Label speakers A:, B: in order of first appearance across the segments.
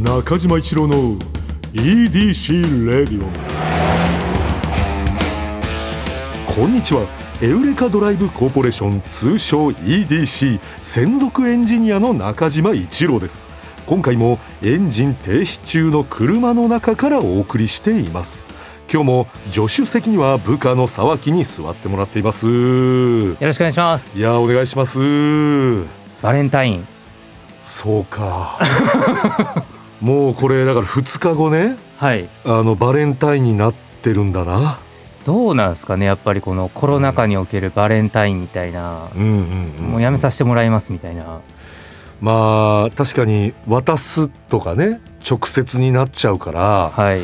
A: 中島一郎の EDC レディオこんにちはエウレカドライブコーポレーション通称 EDC 専属エンジニアの中島一郎です今回もエンジン停止中の車の中からお送りしています今日も助手席には部下の沢木に座ってもらっています
B: よろしくお願いします
A: いやお願いします
B: バレンタイン
A: そうか もうこれだから2日後ね
B: はい
A: あのバレンタインになってるんだな
B: どうなんですかねやっぱりこのコロナ禍におけるバレンタインみたいな
A: う、んうん、うん、
B: もうやめさせてもらいますみたいな
A: まあ確かに渡すとかね直接になっちゃうから、
B: はい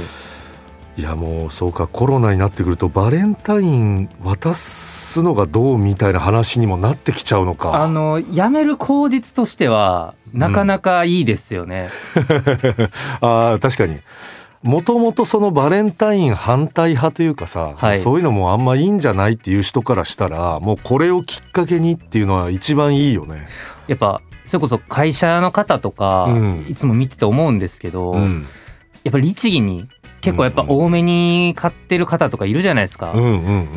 A: いやもうそうかコロナになってくるとバレンタイン渡すのがどうみたいな話にもなってきちゃうのか
B: あのやめる口実としてはなかなかいいですよね、
A: あー確かにもともとそのバレンタイン反対派というかさ、
B: はい
A: そういうのもあんまいいんじゃないっていう人からしたらもうこれをきっかけにっていうのは一番いいよね。
B: やっぱそれこそ会社の方とか、
A: うん
B: いつも見てて思うんですけど、
A: うん
B: やっぱり律儀に結構やっぱ多めに買ってる方とかいるじゃないですか、
A: うんうんう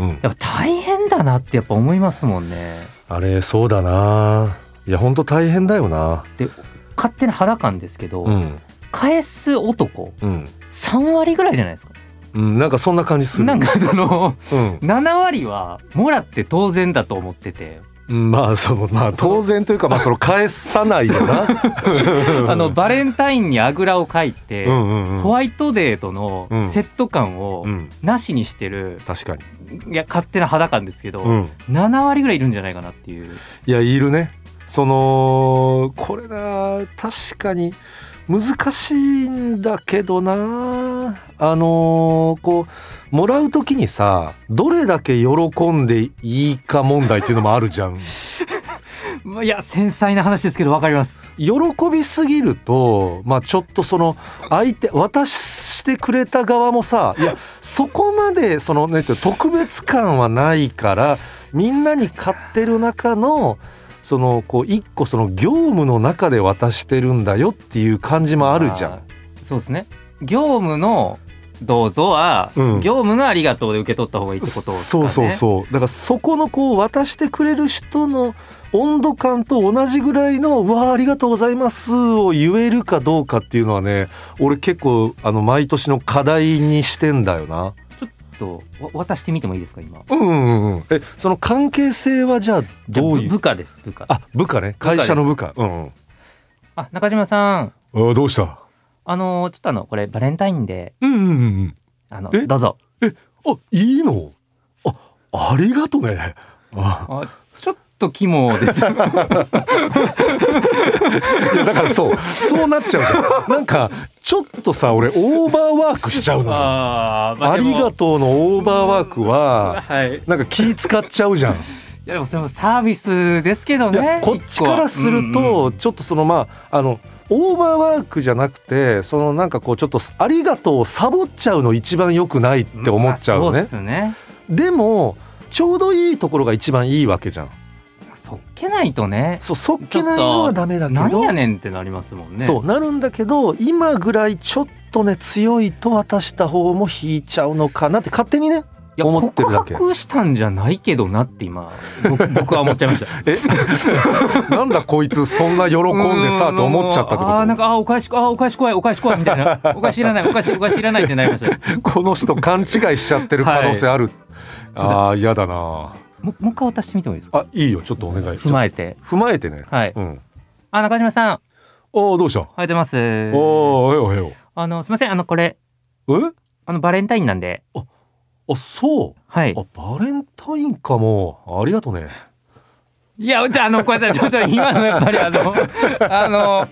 A: ん、
B: やっぱ大変だなってやっぱ思いますもんね
A: あれそうだないやほんと大変だよな。
B: で勝手な肌感ですけど、
A: うん
B: 返す男
A: うん
B: 3割ぐらいじゃないですか
A: うん、なんかそんな感じする。
B: なんかその
A: うん
B: 7割はもらって当然だと思ってて
A: うん、まあそのまあ 当然というかまあその返さないよな。
B: あのバレンタインにあぐらをかいて、
A: うんうんうん、
B: ホワイトデーとの
A: うん
B: セット感を
A: うん、
B: なしにしてる、
A: 確かに。
B: いや勝手な肌感ですけど、
A: うん、
B: 7割ぐらいいるんじゃないかなっていう
A: いやいるね。そのこれな確かに難しいんだけどな。あのーこうもらう時にさどれだけ喜んでいいか問題っていうのもあるじゃん。
B: まあいや繊細な話ですけどわかります
A: 喜びすぎると、まあ、ちょっとその相手渡してくれた側もさいやそこまでその、ね、特別感はないからみんなに買ってる中のそのこう一個その業務の中で渡してるんだよっていう感じもあるじゃん。
B: そうですね業務のどうぞは、
A: うん
B: 業務のありがとうで受け取った方がいいってことですか
A: そ
B: ね
A: うそうそうだからそこのこう渡してくれる人の温度感と同じぐらいの「うわあありがとうございます」を言えるかどうかっていうのはね俺結構あの毎年の課題にしてんだよな。
B: ちょっとわ渡してみてもいいですか今
A: うんうんうん、えその関係性はじゃあどうい
B: じゃあ
A: う
B: 部部下です部下あ
A: あ部下ね会社の部下うん、
B: 中島さん
A: うん、あどうした
B: あのちょっとあのこれバレンタインで
A: うんうんうん
B: あの
A: え
B: どうぞ
A: あいいのあありがとねあ
B: あちょっと肝ですはい
A: やだからそうそうなっちゃうじゃんなんかちょっとさ俺オーバーワークしちゃうのよ
B: あー、ま
A: あ
B: で
A: り
B: も
A: がとうのオーバーワークは
B: はいい
A: なんか気使っちゃうじゃん。
B: やでもそれもサービスですけど
A: いや
B: ね
A: こっちからする
B: 一個は
A: とちょっとそのまああのオーバーワークじゃなくてそのなんかこうちょっとありがとうをサボっちゃうの一番良くないっ
B: うんん
A: て思っちゃうの
B: まあそう
A: ね
B: っ。すね
A: でもちょうどいいところが一番いいわけじゃん。
B: そっけないとね
A: そうそっけないのはダメだけ
B: なん
A: ど。
B: やねんってなりますもんね
A: そうなるんだけど今ぐらいちょっとね強いと渡した方も引いちゃうのかなって勝手にね
B: いや
A: 思ってるだけ
B: 告白したんじゃないけどなって今僕 僕は思っちゃいました
A: えなんだこいつそんな喜んでさと思っちゃったってこ
B: うんあーなん
A: と
B: かあーお返しあーお返し怖いお返し怖いみたいなお返しいらないお返しお返しいらないってなりましたよ
A: この人勘違いしちゃってる可能性ある、ああ嫌だな
B: ももう一回渡してみてもいいですか
A: あいいよちょっとお願い
B: 踏まえて
A: ちょ踏まえてね、
B: はい
A: うん、
B: あ中島さん
A: おおどうした、
B: おはようございます
A: おおおはよ
B: あのすいませんあのこれ
A: うはよう
B: あのバレンタインなんで
A: えあそう
B: はい
A: あバレンタインかもありがとね
B: いやじゃああのごめんなさいちょっと今のやっぱりあ のあの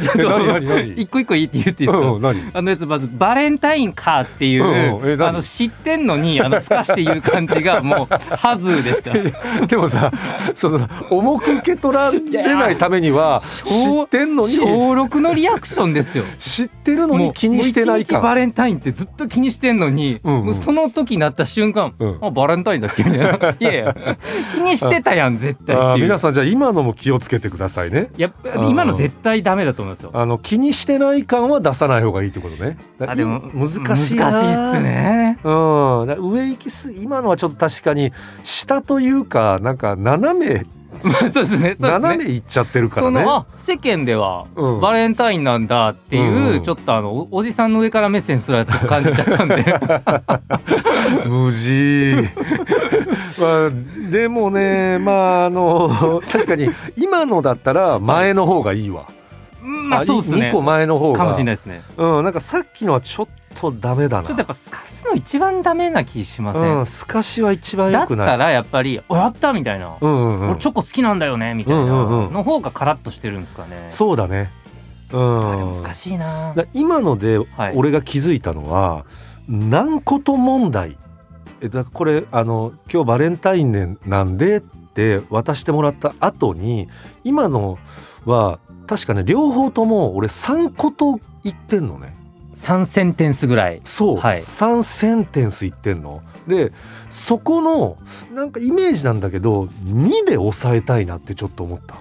B: ちょっ
A: え何
B: と
A: 何何
B: 一個一個言って言っていいですか、
A: うん何
B: あのやつまずバレンタインかっていう、
A: うんうんえ何
B: あの知ってんのにあのすかして言う感じがもうハズーでした。
A: でもさその重く受け取られないためには 知ってんのに
B: 小6のリアクションですよ。
A: 知ってるのに気にしてない
B: もう一日バ
A: か
B: レンタインってずっと気にしてんのに、
A: うんうん
B: もうその時になった瞬間、
A: うん
B: あバレンタインだっけみたいないやいや気にしてたやん絶対っていう
A: あー皆さんじゃあ今のも気をつけてくださいね
B: やっぱ今の絶対ダメだと思いますよ
A: あの気にしてない感は出さない方がいいってことねだ
B: あでも
A: 難しいな
B: 難しいっすね
A: うん、だから上行きす今のはちょっと確かに下というかなんか斜め、
B: そうですねそうです
A: 斜
B: ね
A: め行っちゃってるか
B: そ
A: らね
B: のあ世間では
A: うん
B: バレンタインなんだっていう、
A: うんうん
B: ちょっとあのおおじさんの上から目線すらちょっと感じちゃったんで
A: 無事 まあでもねまああの確かに今のだったら前の方がいいわ、
B: うんまあそうです
A: 2
B: ね
A: 個前の方が
B: かもしれないですね
A: うん、なんかさっきのはちょっとダメだな
B: ちょっとやっぱすかすの一番ダメな気しません、
A: うん、すかしは一番
B: だ
A: 良
B: っ
A: く
B: た
A: ない
B: らやっぱり「おやった!」みたいな、
A: うんうんうん
B: 俺チョコ好きなんだよね」みたいな
A: うんうんうん
B: の方がカラッとしてるんですかね、
A: そうだねう
B: あで
A: ん
B: も難しいな
A: だ今ので
B: い
A: 俺が気づいたのは、何こと問題えだこれあの今日バレンタインデーなんでって渡してもらった後に今のは確かね両方とも俺3こと言ってんのね
B: 3センテンスぐらい
A: そう、
B: はい
A: 3センテンス言ってんのでそこのなんかイメージなんだけど2で抑えたいなってちょっと思った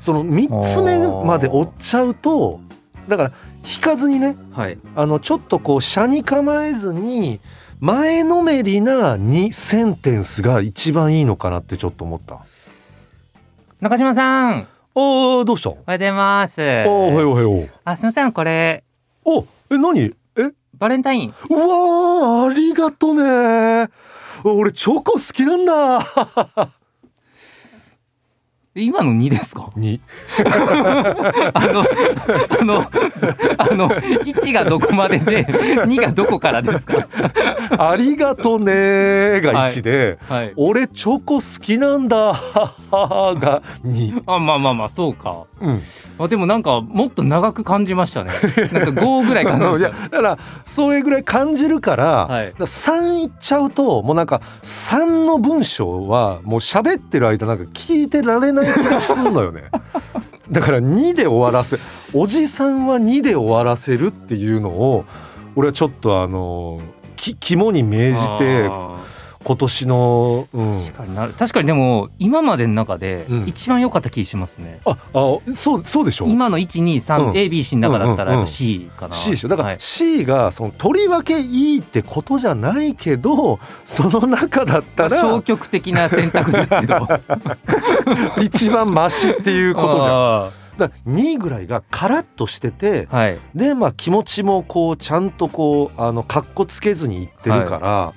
A: その3つ目まで追っちゃうとだから引かずにね
B: はい
A: あのちょっとこう車に構えずに前のめりな2センテンスが一番いいのかなってちょっと思った
B: 中島さん
A: おーどうした
B: おはようございます
A: おおはようはよう
B: あすみませんこれ
A: おえ何え
B: バレンタイン
A: うわーありがとね俺チョコ好きなんだ
B: 今の2ですか
A: に
B: あのあのあの1がどこまで で2がどこからですか
A: ありがとねが1で、
B: はい
A: 俺チョコ好きなんだ が2
B: あまあまあまあそうか
A: うん
B: あでもなんかもっと長く感じましたねなんか5ぐらい感じま
A: い
B: し
A: やだからそれぐらい感じるから,、
B: はい
A: 3いっちゃうともうなんか3の文章はもう喋ってる間なんか聞いてられない気がするの よねだから2で終わらせおじさんは2で終わらせるっていうのを俺はちょっとあのき肝に銘じ
B: た
A: て
B: あ
A: 今年の、うん、
B: ー確かにな確かにでも今までの中で
A: うん
B: 一番良かった気しますね、
A: ああそうそうでしょ
B: 今の123、
A: うん
B: ABC の中だったら
A: うん
B: や
A: うんう
B: っ
A: ん
B: ぱ C かな、
A: C でしょだか
B: は
A: ら
B: い
A: C がそのとりわけいいってことじゃないけどその中だったら
B: 消極的な選択です けど
A: 一番マシっていうことじゃん。
B: あ
A: だから2位ぐらいがカラッとしてて
B: ーはい
A: でまあ気持ちもこうちゃんとこうあのかっこつけずにいってるから、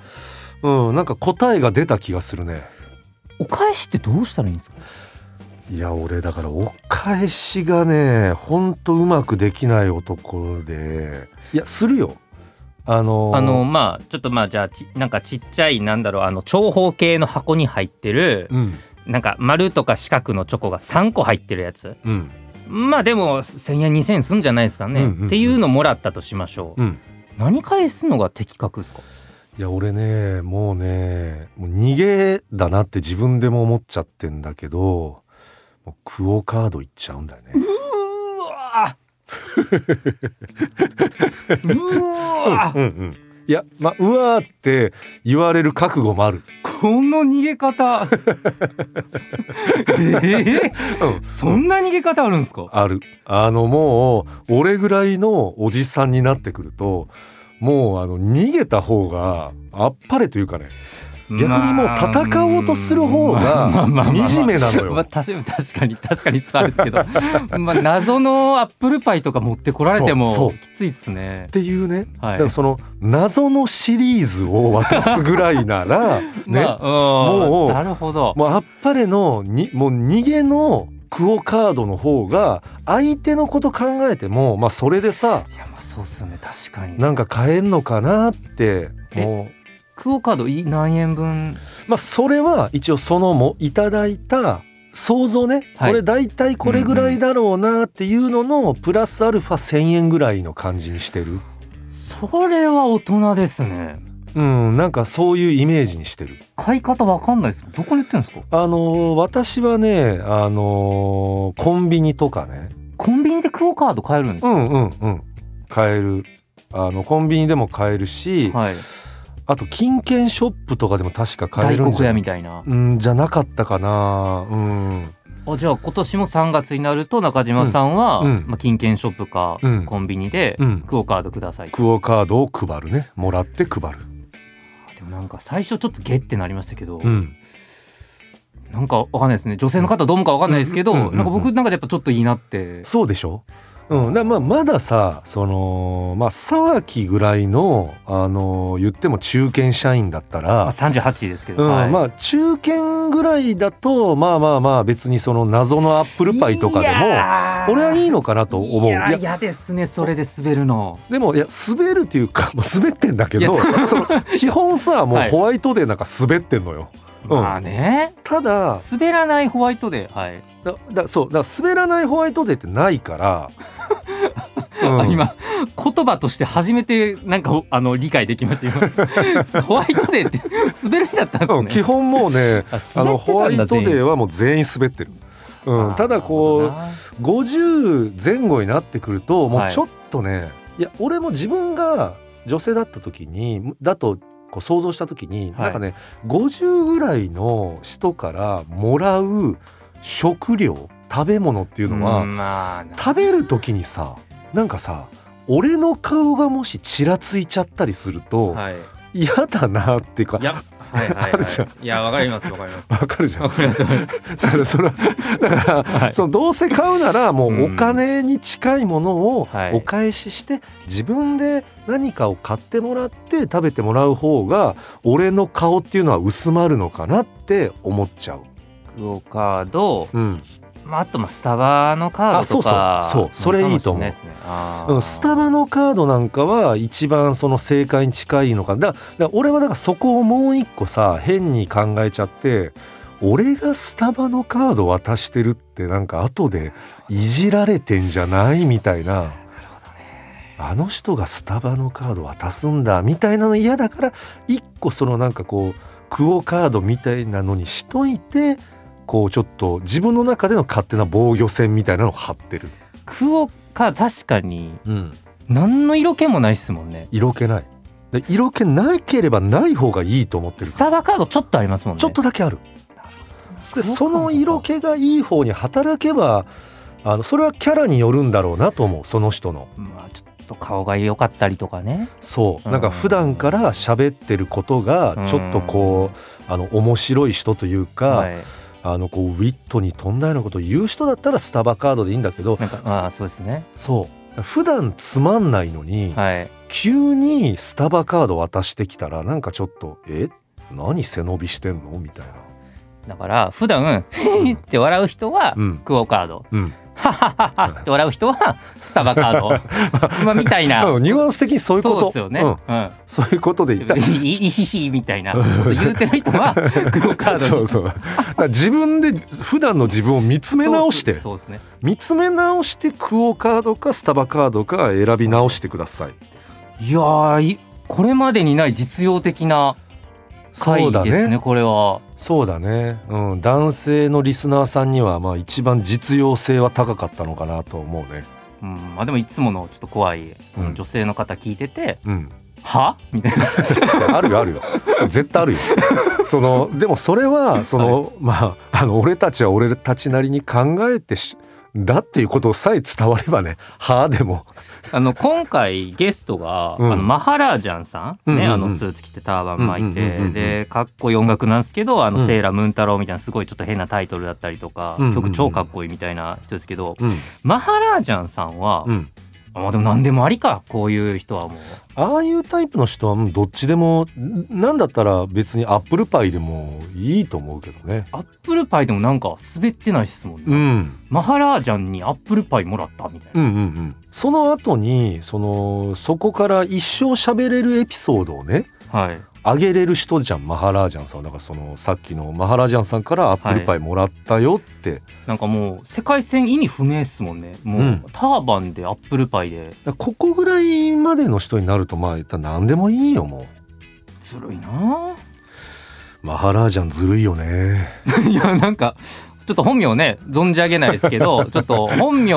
A: うんなんか答えが出た気がするね。
B: お返しってどうしたらいいんですか
A: いや俺だからお返しがねほんとうまくできない男でいやするよ。あの
B: あのまあちょっとまあじゃあちなんかちっちゃいなんだろうあの長方形の箱に入ってる
A: うん
B: なんか丸とか四角のチョコが3個入ってるやつ
A: うん
B: まあでも1,000円2,000円すんじゃないですかね、
A: うんうんうん
B: っていうのもらったとしましょう、
A: うん
B: 何返すのが的確ですか
A: いや俺ねもうねもう逃げだなって自分でも思っちゃってんだけどもうクオ・カードいっちゃうんだよね。
B: うわうわ
A: うんうん、いや、まあ、うわーって言われる覚悟もある。
B: この逃 げ方えーそんな逃げ方あるんですか
A: ある。あの、もう、俺ぐらいのおじさんになってくると。もうあの逃げた方があっぱれというかね逆にもう戦おうとする方が惨めなのよ
B: まあ、確かに確かに確かに伝わるんですけど まあ謎のアップルパイとか持ってこられて
A: そう
B: も
A: そう
B: きついっすね
A: っ。ていうね、
B: はい
A: だからその謎のシリーズを渡すぐらいなら ね、
B: まあ、
A: も
B: う
A: うん
B: なるほど。
A: もうあっぱれのにもう逃げのクオ・カードの方が相手のこと考えても、まあ、それでさ
B: いやまあそうっすね確かに。
A: なんか買えんのかなって
B: え
A: もう
B: クオカードい何円分
A: まあそれは一応そのもいただいた想像ね、
B: はい
A: これ大体これぐらいだろうなっていうののプラスアルファ1,000円ぐらいの感じにしてる
B: それは大人ですね。
A: うんなんかそういうイメージにしてる
B: 買い方わかんないですどこに売ってるんですか
A: あのー私はねあのーコンビニとかね
B: コンビニでクオカード買えるんです
A: うんうんうん買えるあのコンビニでも買えるし、
B: か、はい、
A: あと金券ショップとかでも確か買え
B: 大
A: るん
B: 黒
A: じ
B: 屋
A: ゃ
B: みたいな
A: うんじゃなかったかなうん
B: あじゃあ今年も3月になると中島さんは、
A: うんうん
B: まあ、金券ショップか
A: うん
B: コンビニで
A: うん
B: クオ・カードください、
A: クオカードを配るねもらって配る
B: でもなんか最初ちょっとゲってなりましたけど、
A: うん
B: なんかわかんないですね女性の方どう思うかわかんないですけ
A: う
B: ど、
A: んうんうんうん
B: なんか僕の中でやっぱちょっといいなって
A: そうでしょうん、だからまあまださそのまあ沢木ぐらいの、あの言っても中堅社員だった
B: まあ、
A: ら、
B: 38ですけ
A: う
B: ど、
A: ん
B: はい
A: まあ中堅ぐらいだとまあまあまあ別にその謎のアップルパイとかでも俺はいいのかなと思う。
B: いや
A: い
B: ー
A: や
B: 嫌ですねそれで滑るの
A: でもいや滑るっていうか、まあ、滑ってんだけど
B: い
A: その基本さもう
B: はい
A: ホワイトデーなんか滑ってんのよ。うん
B: まあね
A: ただ
B: 滑らないホワイトで、はい
A: だだそうだから滑らないホワイトデーってないから、 うん
B: あ今言葉として初めてなんかあの理解できました 今ホワイトデーって滑るんだったんですね、
A: うん基本もうね
B: あ
A: あのホワイトデー
B: ー
A: はもう全員滑ってる。うん、ただこう50前後になってくるとも
B: は
A: う
B: い
A: ちょっとね、い、や俺も自分が女性だった時にだとこう想像した時に、
B: はい
A: なんかね50ぐらいの人からもらう食料食べ物っていうのは、
B: まあな
A: 食べる時にさなんかさ俺の顔がもしちらついちゃったりすると
B: はい、
A: 嫌だなっていうか
B: いやはいはい、
A: あるじゃ
B: はい、いやわかりますわかります
A: わかるじゃん
B: わかりますわかります
A: だからそれはだから、
B: はい
A: そのどうせ買うならもう
B: う
A: お
B: ん
A: 金に近いものを
B: はい
A: お返しして自分で何かを買ってもらって食べてもらう方が俺の顔っていうのは薄まるのかなって思っちゃう。
B: クオカード
A: うん
B: まあ、あとまあスタバのカードとか
A: あそうそうそうそれいいと思う
B: かもしれないですねあ
A: う
B: ー
A: ん、スタバのカードなんかは一番その正解に近いのかだだから俺はだからそこをもう一個さ変に考えちゃって俺がスタバのカード渡してるってなんか後でいじられてんじゃないみたいな。
B: なるほどね
A: あの人がスタバのカード渡すんだみたいなの嫌だから一個そのなんかこうクオ・カードみたいなのにしといてこうちょっと自分の中での勝手な防御線みたいなのを張ってる、
B: クオカード確かに何の色気もないっすもんね
A: 色気ないで色気なければない方がいいと思ってる
B: スタバカードちょっとありますもんね
A: ちょっとだけあるで
B: クオカードか
A: その色気がいい方に働けばあのそれはキャラによるんだろうなと思うその人の
B: まあちょっと顔が良かったりとかね
A: そう
B: うん
A: なんか普段から喋ってることがちょっとこう、あの面白い人というか、
B: はい
A: あのこうウィットに飛んだようなことを言う人だったらスタバカードでいいんだけど
B: なんかああそうですね
A: そう普段つまんないのに、
B: はい
A: 急にスタバカード渡してきたらなんかちょっと「え何背伸びしてんの?」みたいな。
B: だから普段 って笑う人は
A: うん
B: クオカード
A: うん、
B: ははははって笑う人はスタバカードまあみたいな
A: あのニュアンス的にそういうこ
B: そう
A: と
B: ですよね、
A: うん、
B: うん
A: そういうことで言 った
B: いいいいひひみたいなこと言うてる人はクオカードに
A: そうそうだから自分で普段の自分を見つめ直して
B: そうですね
A: 見つめ直してクオ・カードかスタバカードか選び直してください
B: いやーいこれまでにない実用的な回
A: そうだ
B: ですね
A: ね
B: これは
A: そうだね、うん、男性のリスナーさんにはまあ一番実用性は高かったのかなと思うね
B: うんまあでもいつものちょっと怖い、
A: うん
B: 女性の方聞いてて
A: うん
B: はみたいな
A: あるよあるよ絶対あるよそのでもそれはその、まああの俺たちは俺たちなりに考えてしだっていうことさえ伝わればねはあでも
B: あの今回ゲストが、
A: うん
B: あのマハラージャンさん、ね
A: うんうんうん
B: あのスーツ着てターバン巻いて、
A: うんうんうんうん
B: でかっこいい音楽なんですけどあの、
A: うん
B: セーラ・ムーン太郎みたいなすごいちょっと変なタイトルだったりとか、
A: うんうんうん
B: 曲超かっこいいみたいな人ですけど、
A: うん
B: マハラージャンさんは、
A: うん
B: あまあでも何でもありかこういう人はもう
A: ああいうタイプの人はうんどっちでもんなんだったら別にアップルパイでもいいと思うけどね
B: アップルパイでもなんか滑ってないっすもんね、
A: ん
B: マハラージャンにアップルパイもらったみたいな、
A: うんうんうん、その後にそのそこから一生喋れるエピソードをね
B: はい
A: あげれる人じゃんマハラージャンさんはだからそのさっきのマハラージャンさんからアップルパイもらったよって、だか
B: なんかもう世界線意味不明っすもんねもう、
A: うん
B: ターバンでアップルパイで
A: らここぐらいまでの人になるとまあ言ったら何でもいいよも
B: ずるいな
A: うマハラージャンずるいよね
B: ぁいやなんかちょっと 本名ね存じ上げないですけどちょっと本名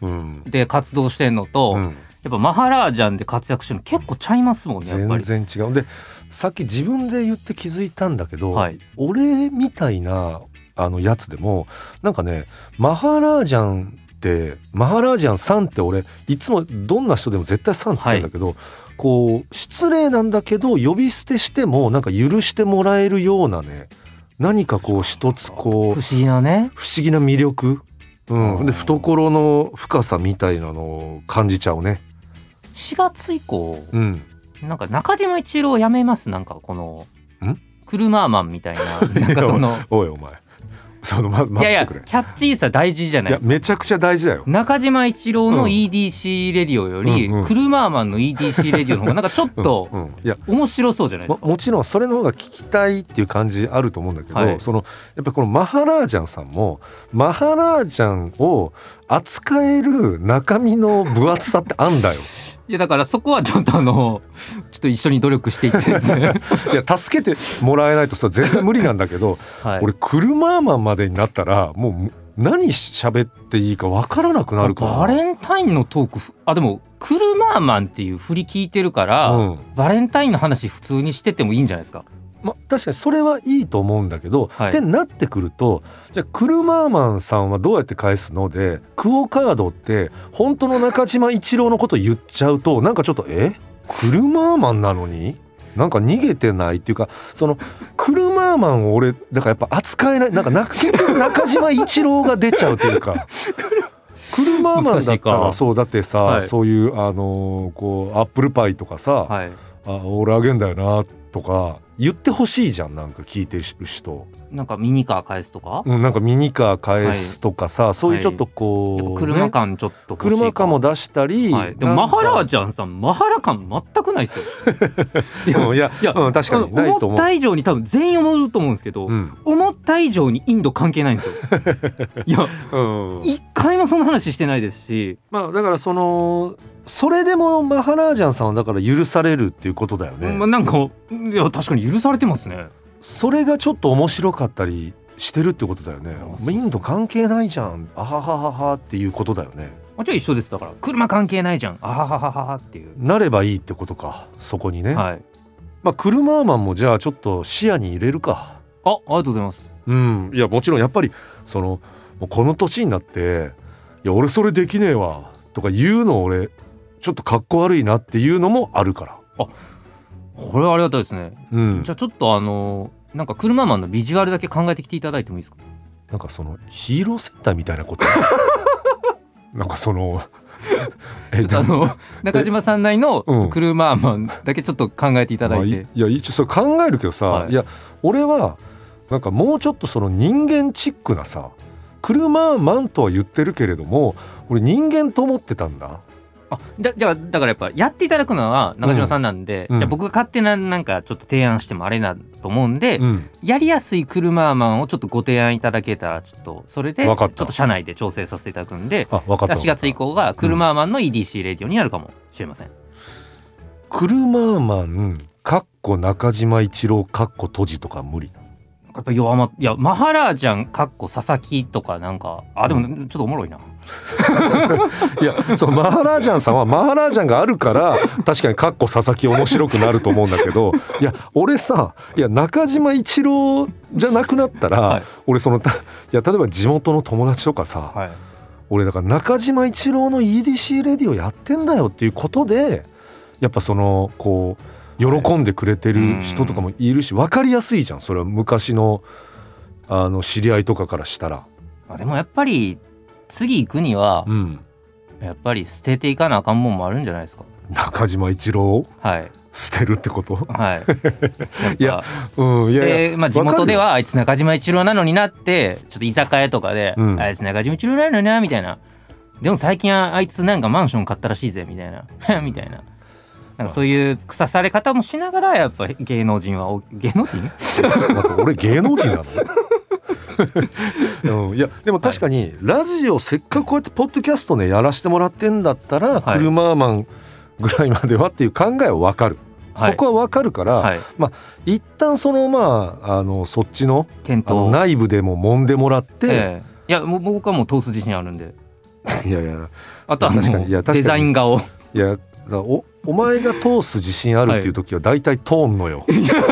A: うん、
B: で活動してんのと、
A: うん
B: やっぱマハラージャンで活躍してるの結構ちゃいますもんねやっぱ
A: 全
B: り。
A: 然違うでさっき自分で言って気づいたんだけど、
B: はい
A: 俺みたいなあのやつでもなんかねマハラージャンってマハラージャンさんって俺いつもどんな人でも絶対さんつけるんだけど、こう失礼なんだけど呼び捨てしてもなんか許してもらえるようなね何かこう一つ
B: 不
A: こう
B: 思議なね。
A: 不思議な魅力、うん、で
B: あー
A: 懐の深さみたいなのを感じちゃうね。
B: 4月以降
A: うん
B: なんか中島一郎辞めますなんかこの
A: ん
B: クルマーマンみたい ななんかその
A: おいお前そのま
B: い
A: 待
B: やい
A: っ
B: や
A: てく
B: キ
A: れ
B: ャッチーさ大事じゃな
A: い
B: い
A: や
B: ですか。
A: めちゃくちゃ大事だよ。
B: 中島一郎
A: う
B: の
A: ん
B: EDC レディオより、
A: うんうん
B: クルマーマンの EDC レディオの方がなんかちょっと
A: うんうんいや
B: 面白そうじゃないで
A: も
B: すか。
A: もちろんそれの方が聞きたいっていう感じあると思うんだけど、
B: はい
A: そのやっぱりこのマハラージャンさんもマハラージャンを扱える中身の分厚さってあん だよ。
B: いやだからそこはちょっとあの ちょっと一緒に努力していってで すね。
A: いや助けてもらえないとそれ全然無理なんだけど、
B: はい、
A: 俺車マンまでになったらもうむ何喋っていいか分からなくなるから。
B: バレンタインのトークふあでもクルマーマンっていう振り聞いてるから、
A: うん
B: バレンタインの話普通にしててもいいんじゃないですか。
A: ま、確かにそれはいいと思うんだけど、
B: はい
A: ってなってくるとじゃあクルマーマンさんはどうやって返すのでクオ・カードって本当の中島一郎のこと言っちゃうとなんかちょっとえクルマーマンなのになんか逃げてないっていうかそのクルマーマンを俺だからやっぱ扱えないなんかな結局中島一郎が出ちゃうという か。クルマーマンだった
B: 難しい
A: ら
B: か
A: そうだってさ、
B: はい
A: そういうあのーこうアップルパイとかさ、
B: はい。
A: あ俺あげんだよなとか言ってほしいじゃんなんか聞いてる人、
B: なんかミニカー返すとか。
A: うん、なんかミニカー返すとかさ、そういうちょっとこう、
B: やっぱ
A: ね
B: 車感ちょっと欲しい
A: 車感も出したり、
B: はい、でも
A: な
B: マ
A: んか
B: ハラージャンさんマハラ感全くないですよ
A: うんいや
B: いや
A: うん、確かにないと
B: 思
A: 思
B: っ
A: う。
B: た以上に多分全員思うと思うんですけど、
A: うん
B: 思った以上にインド関係ない んですよいや
A: うん
B: 一回もその話してないですし
A: まあだからそのそれでもマハラージャンさんはだから許されるっていうことだよね、
B: まあ、なんかいや確かに許されてますね
A: それがちょっと面白かったりしてるってことだよね
B: あ
A: インド関係ないじゃんあははははっていうことだよね
B: あじゃあ一緒ですだから車関係ないじゃんあはははははっていう、
A: なればいいってことかそこにね、
B: はい、
A: まあ、クルマーマンもじゃあちょっと視野に入れるか。
B: あありがとうございます
A: うん、いやもちろんやっぱりそのもうこの年になって「いや俺それできねえわ」とか言うの俺ちょっとかっこ悪いなっていうのもあるから。
B: これはありがたいですね
A: うん
B: じ、ゃあちょっとあのなんか車マンのビジュアルだけ考えてきていただいてもいいですか
A: なんかそのヒーローセンターみたいなこと なんかそ のえ
B: ちょっとあの 中島さん内のちょっとクルーマーマンだけちょっと考えていただいて、
A: まあいや一応それ考えるけどさ、、
B: はいい
A: や俺はなんかもうちょっとその人間チックなさ車マンとは言ってるけれども俺人間と思ってたんだ
B: あだじゃあだからやっぱやっていただくのは中島さんなんで、
A: うん
B: じゃあ僕が勝手ななんかちょっと提案してもあれだと思うんで、
A: うん、
B: やりやすいクルーマーマンをちょっとご提案いただけたらちょっとそれでちょ
A: わ
B: っ
A: かった
B: と社内で調整させていただくんで
A: あ分かった
B: 4月以降はクルーマーマンの EDC レディオになるかもしれません、
A: 車マンかっこ中島一郎かっこ閉じとか無理な
B: やっぱ弱まいやマハラージャンかっこ佐々木とかなんかあでもちょっとおもろいな、
A: いやそのマハラージャンさんはマハラージャンがあるから確かにかっこ佐々木面白くなると思うんだけどいや俺さいや中島一郎じゃなくなったら、
B: はい
A: 俺そのたいや例えば地元の友達とかさ、
B: はい、
A: 俺だから中島一郎の EDC レディオやってんだよっていうことでやっぱそのこう喜んでくれてる人とかもいるし分かりやすいじゃんそれは昔のあの知り合いとかからしたら。
B: あでもやっぱり次行くには、
A: うん、
B: やっぱり捨てていかなあかんもんもあるんじゃないですか。
A: 中島一郎を
B: はい
A: 捨てるってこと、
B: はい。
A: い
B: やっぱ
A: やうん、いやいや
B: でまあ地元ではあいつ中島一郎なのになってちょっと居酒屋とかで、
A: うん
B: あいつ中島一郎なのになみたいな。でも最近はあいつなんかマンション買ったらしいぜみたいな みたいな。なんかそういう腐され方もしながらやっぱり芸能人はお芸能人
A: なんか俺芸能人 なのうん、いやでも確かにラジオせっかくこうやってポッドキャストねやらせてもらってんだったら、
B: はい
A: クルマーマンぐらいまではっていう考えは分かる、
B: はい
A: そこは分かるから、
B: はい
A: 一旦そのまああのそっちの
B: 検
A: あの
B: 討。
A: 内部でも揉んでもらって、
B: ええいやもう僕はもう通す自信あるんで。
A: いやいや
B: あとは
A: 確か
B: も
A: にいや確
B: う
A: かに
B: デザイン画を
A: いやだからおお前が通す自信あるっていう時は大体通んのよ、
B: すいません、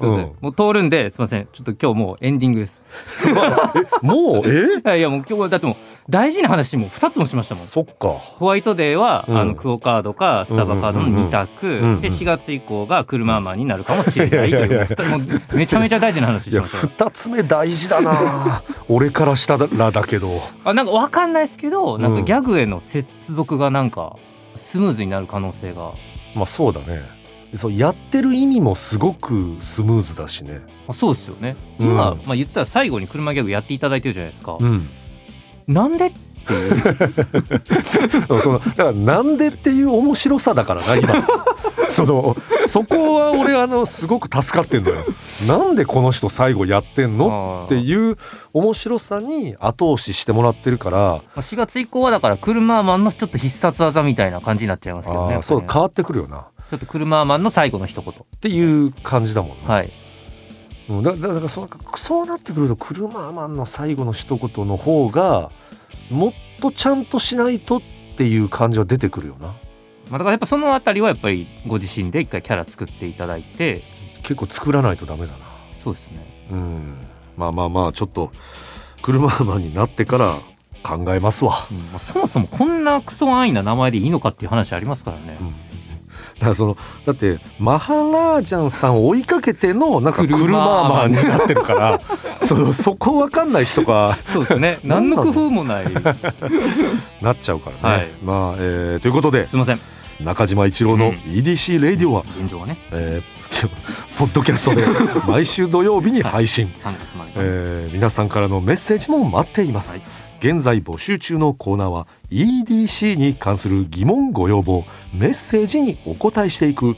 A: うん
B: もう通るんですいませんちょっと今日もうエンディングです
A: えもう え
B: いやいやもう今日はだってもう大事な話もう2つもしましたもん
A: そっか
B: ホワイトデーは、
A: うん
B: あのクオカードかスタバカードの2択、
A: んうん
B: で4月以降が車ママになるかもしれないという
A: いやいやい
B: もうめちゃめちゃ大事な話
A: い
B: し
A: や
B: ましたよ
A: 2つ目大事だ な俺からしたらだけど
B: あなんかわかんないですけどなん
A: う
B: か
A: ん
B: ギャグへの接続がなんかスムーズになる可能性が
A: まあそうだねそうやってる意味もすごくスムーズだしね
B: あそうですよね
A: うん
B: 今、まあ、言ったら最後に車ギャグやっていただいてるじゃないですか、
A: ん
B: なんで
A: そのだからなんでっていう面白さだからな今そのそこは俺あのすごく助かってんだよなんでこの人最後やってんの
B: あー
A: っていう面白さに後押ししてもらってるから
B: まあ4月以降はだから車マンのちょっと必殺技みたいな感じになっちゃいますけど
A: あ
B: ね
A: ーそう
B: やっぱ
A: 変わってくるよな
B: ねちょっと車マンの最後の一言
A: っていう感じだもんね、
B: はい
A: うんだだだからそうそうなってくると車マンの最後の一言の方がもっとちゃんとしないとっていう感じは出てくるよな
B: まあ、だからやっぱそのあたりはやっぱりご自身で一回キャラ作っていただいて
A: 結構作らないとダメだな
B: そうですね
A: うんまあまあまあちょっと車マンになってから考えますわ、
B: うんまあ、そもそもこんなクソ安易な名前でいいのかっていう話ありますからね
A: うんだからそのだってマハラージャンさんを追いかけてのなんか
B: 車
A: 車マンになってるから そのそこ分かんない人が
B: そうですね
A: 何
B: 何の
A: なの
B: 工夫もないす
A: なっちゃうからね、
B: はい
A: まあ、えーということで
B: いません
A: 中島一郎
B: う
A: の
B: ん
A: EDC レディオは、
B: 現状はね
A: えー ポッドキャストで毎週土曜日に配信、
B: 3月まで、
A: えー皆さんからのメッセージも待っています、
B: はい
A: 現在募集中のコーナーは EDC に関する疑問ご要望メッセージにお答えしていく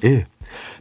A: Q&A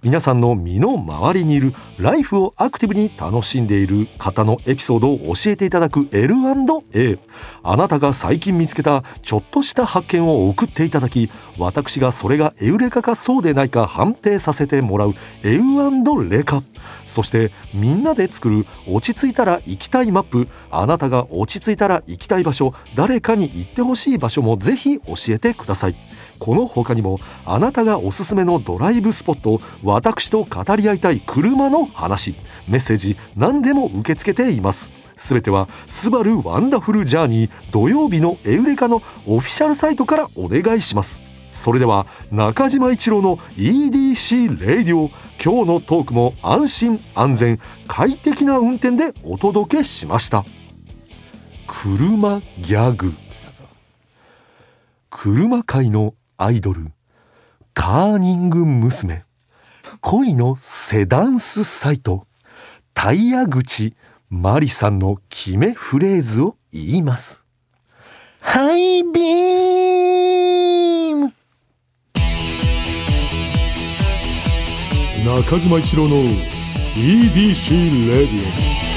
A: 皆さんの身の回りにいるライフをアクティブに楽しんでいる方のエピソードを教えていただく L&A あなたが最近見つけたちょっとした発見を送っていただき私がそれがエウレカかそうでないか判定させてもらうエウレカそしてみんなで作る落ち着いたら行きたいマップあなたが落ち着いたら行きたい場所誰かに行ってほしい場所もぜひ教えてくださいこの他にもあなたがおすすめのドライブスポット私と語り合いたい車の話メッセージ何でも受け付けていますすべては「スバルワンダフルジャーニー土曜日のエウレカ」のオフィシャルサイトからお願いしますそれでは中島一郎の EDC レイディオ今日のトークも安心安全快適な運転でお届けしました車ギャグ車界のアイドルカーニング娘恋のセダンスサイトタイヤ口マリさんの決めフレーズを言いますハイビーム
C: 中島一郎の EDC レディオ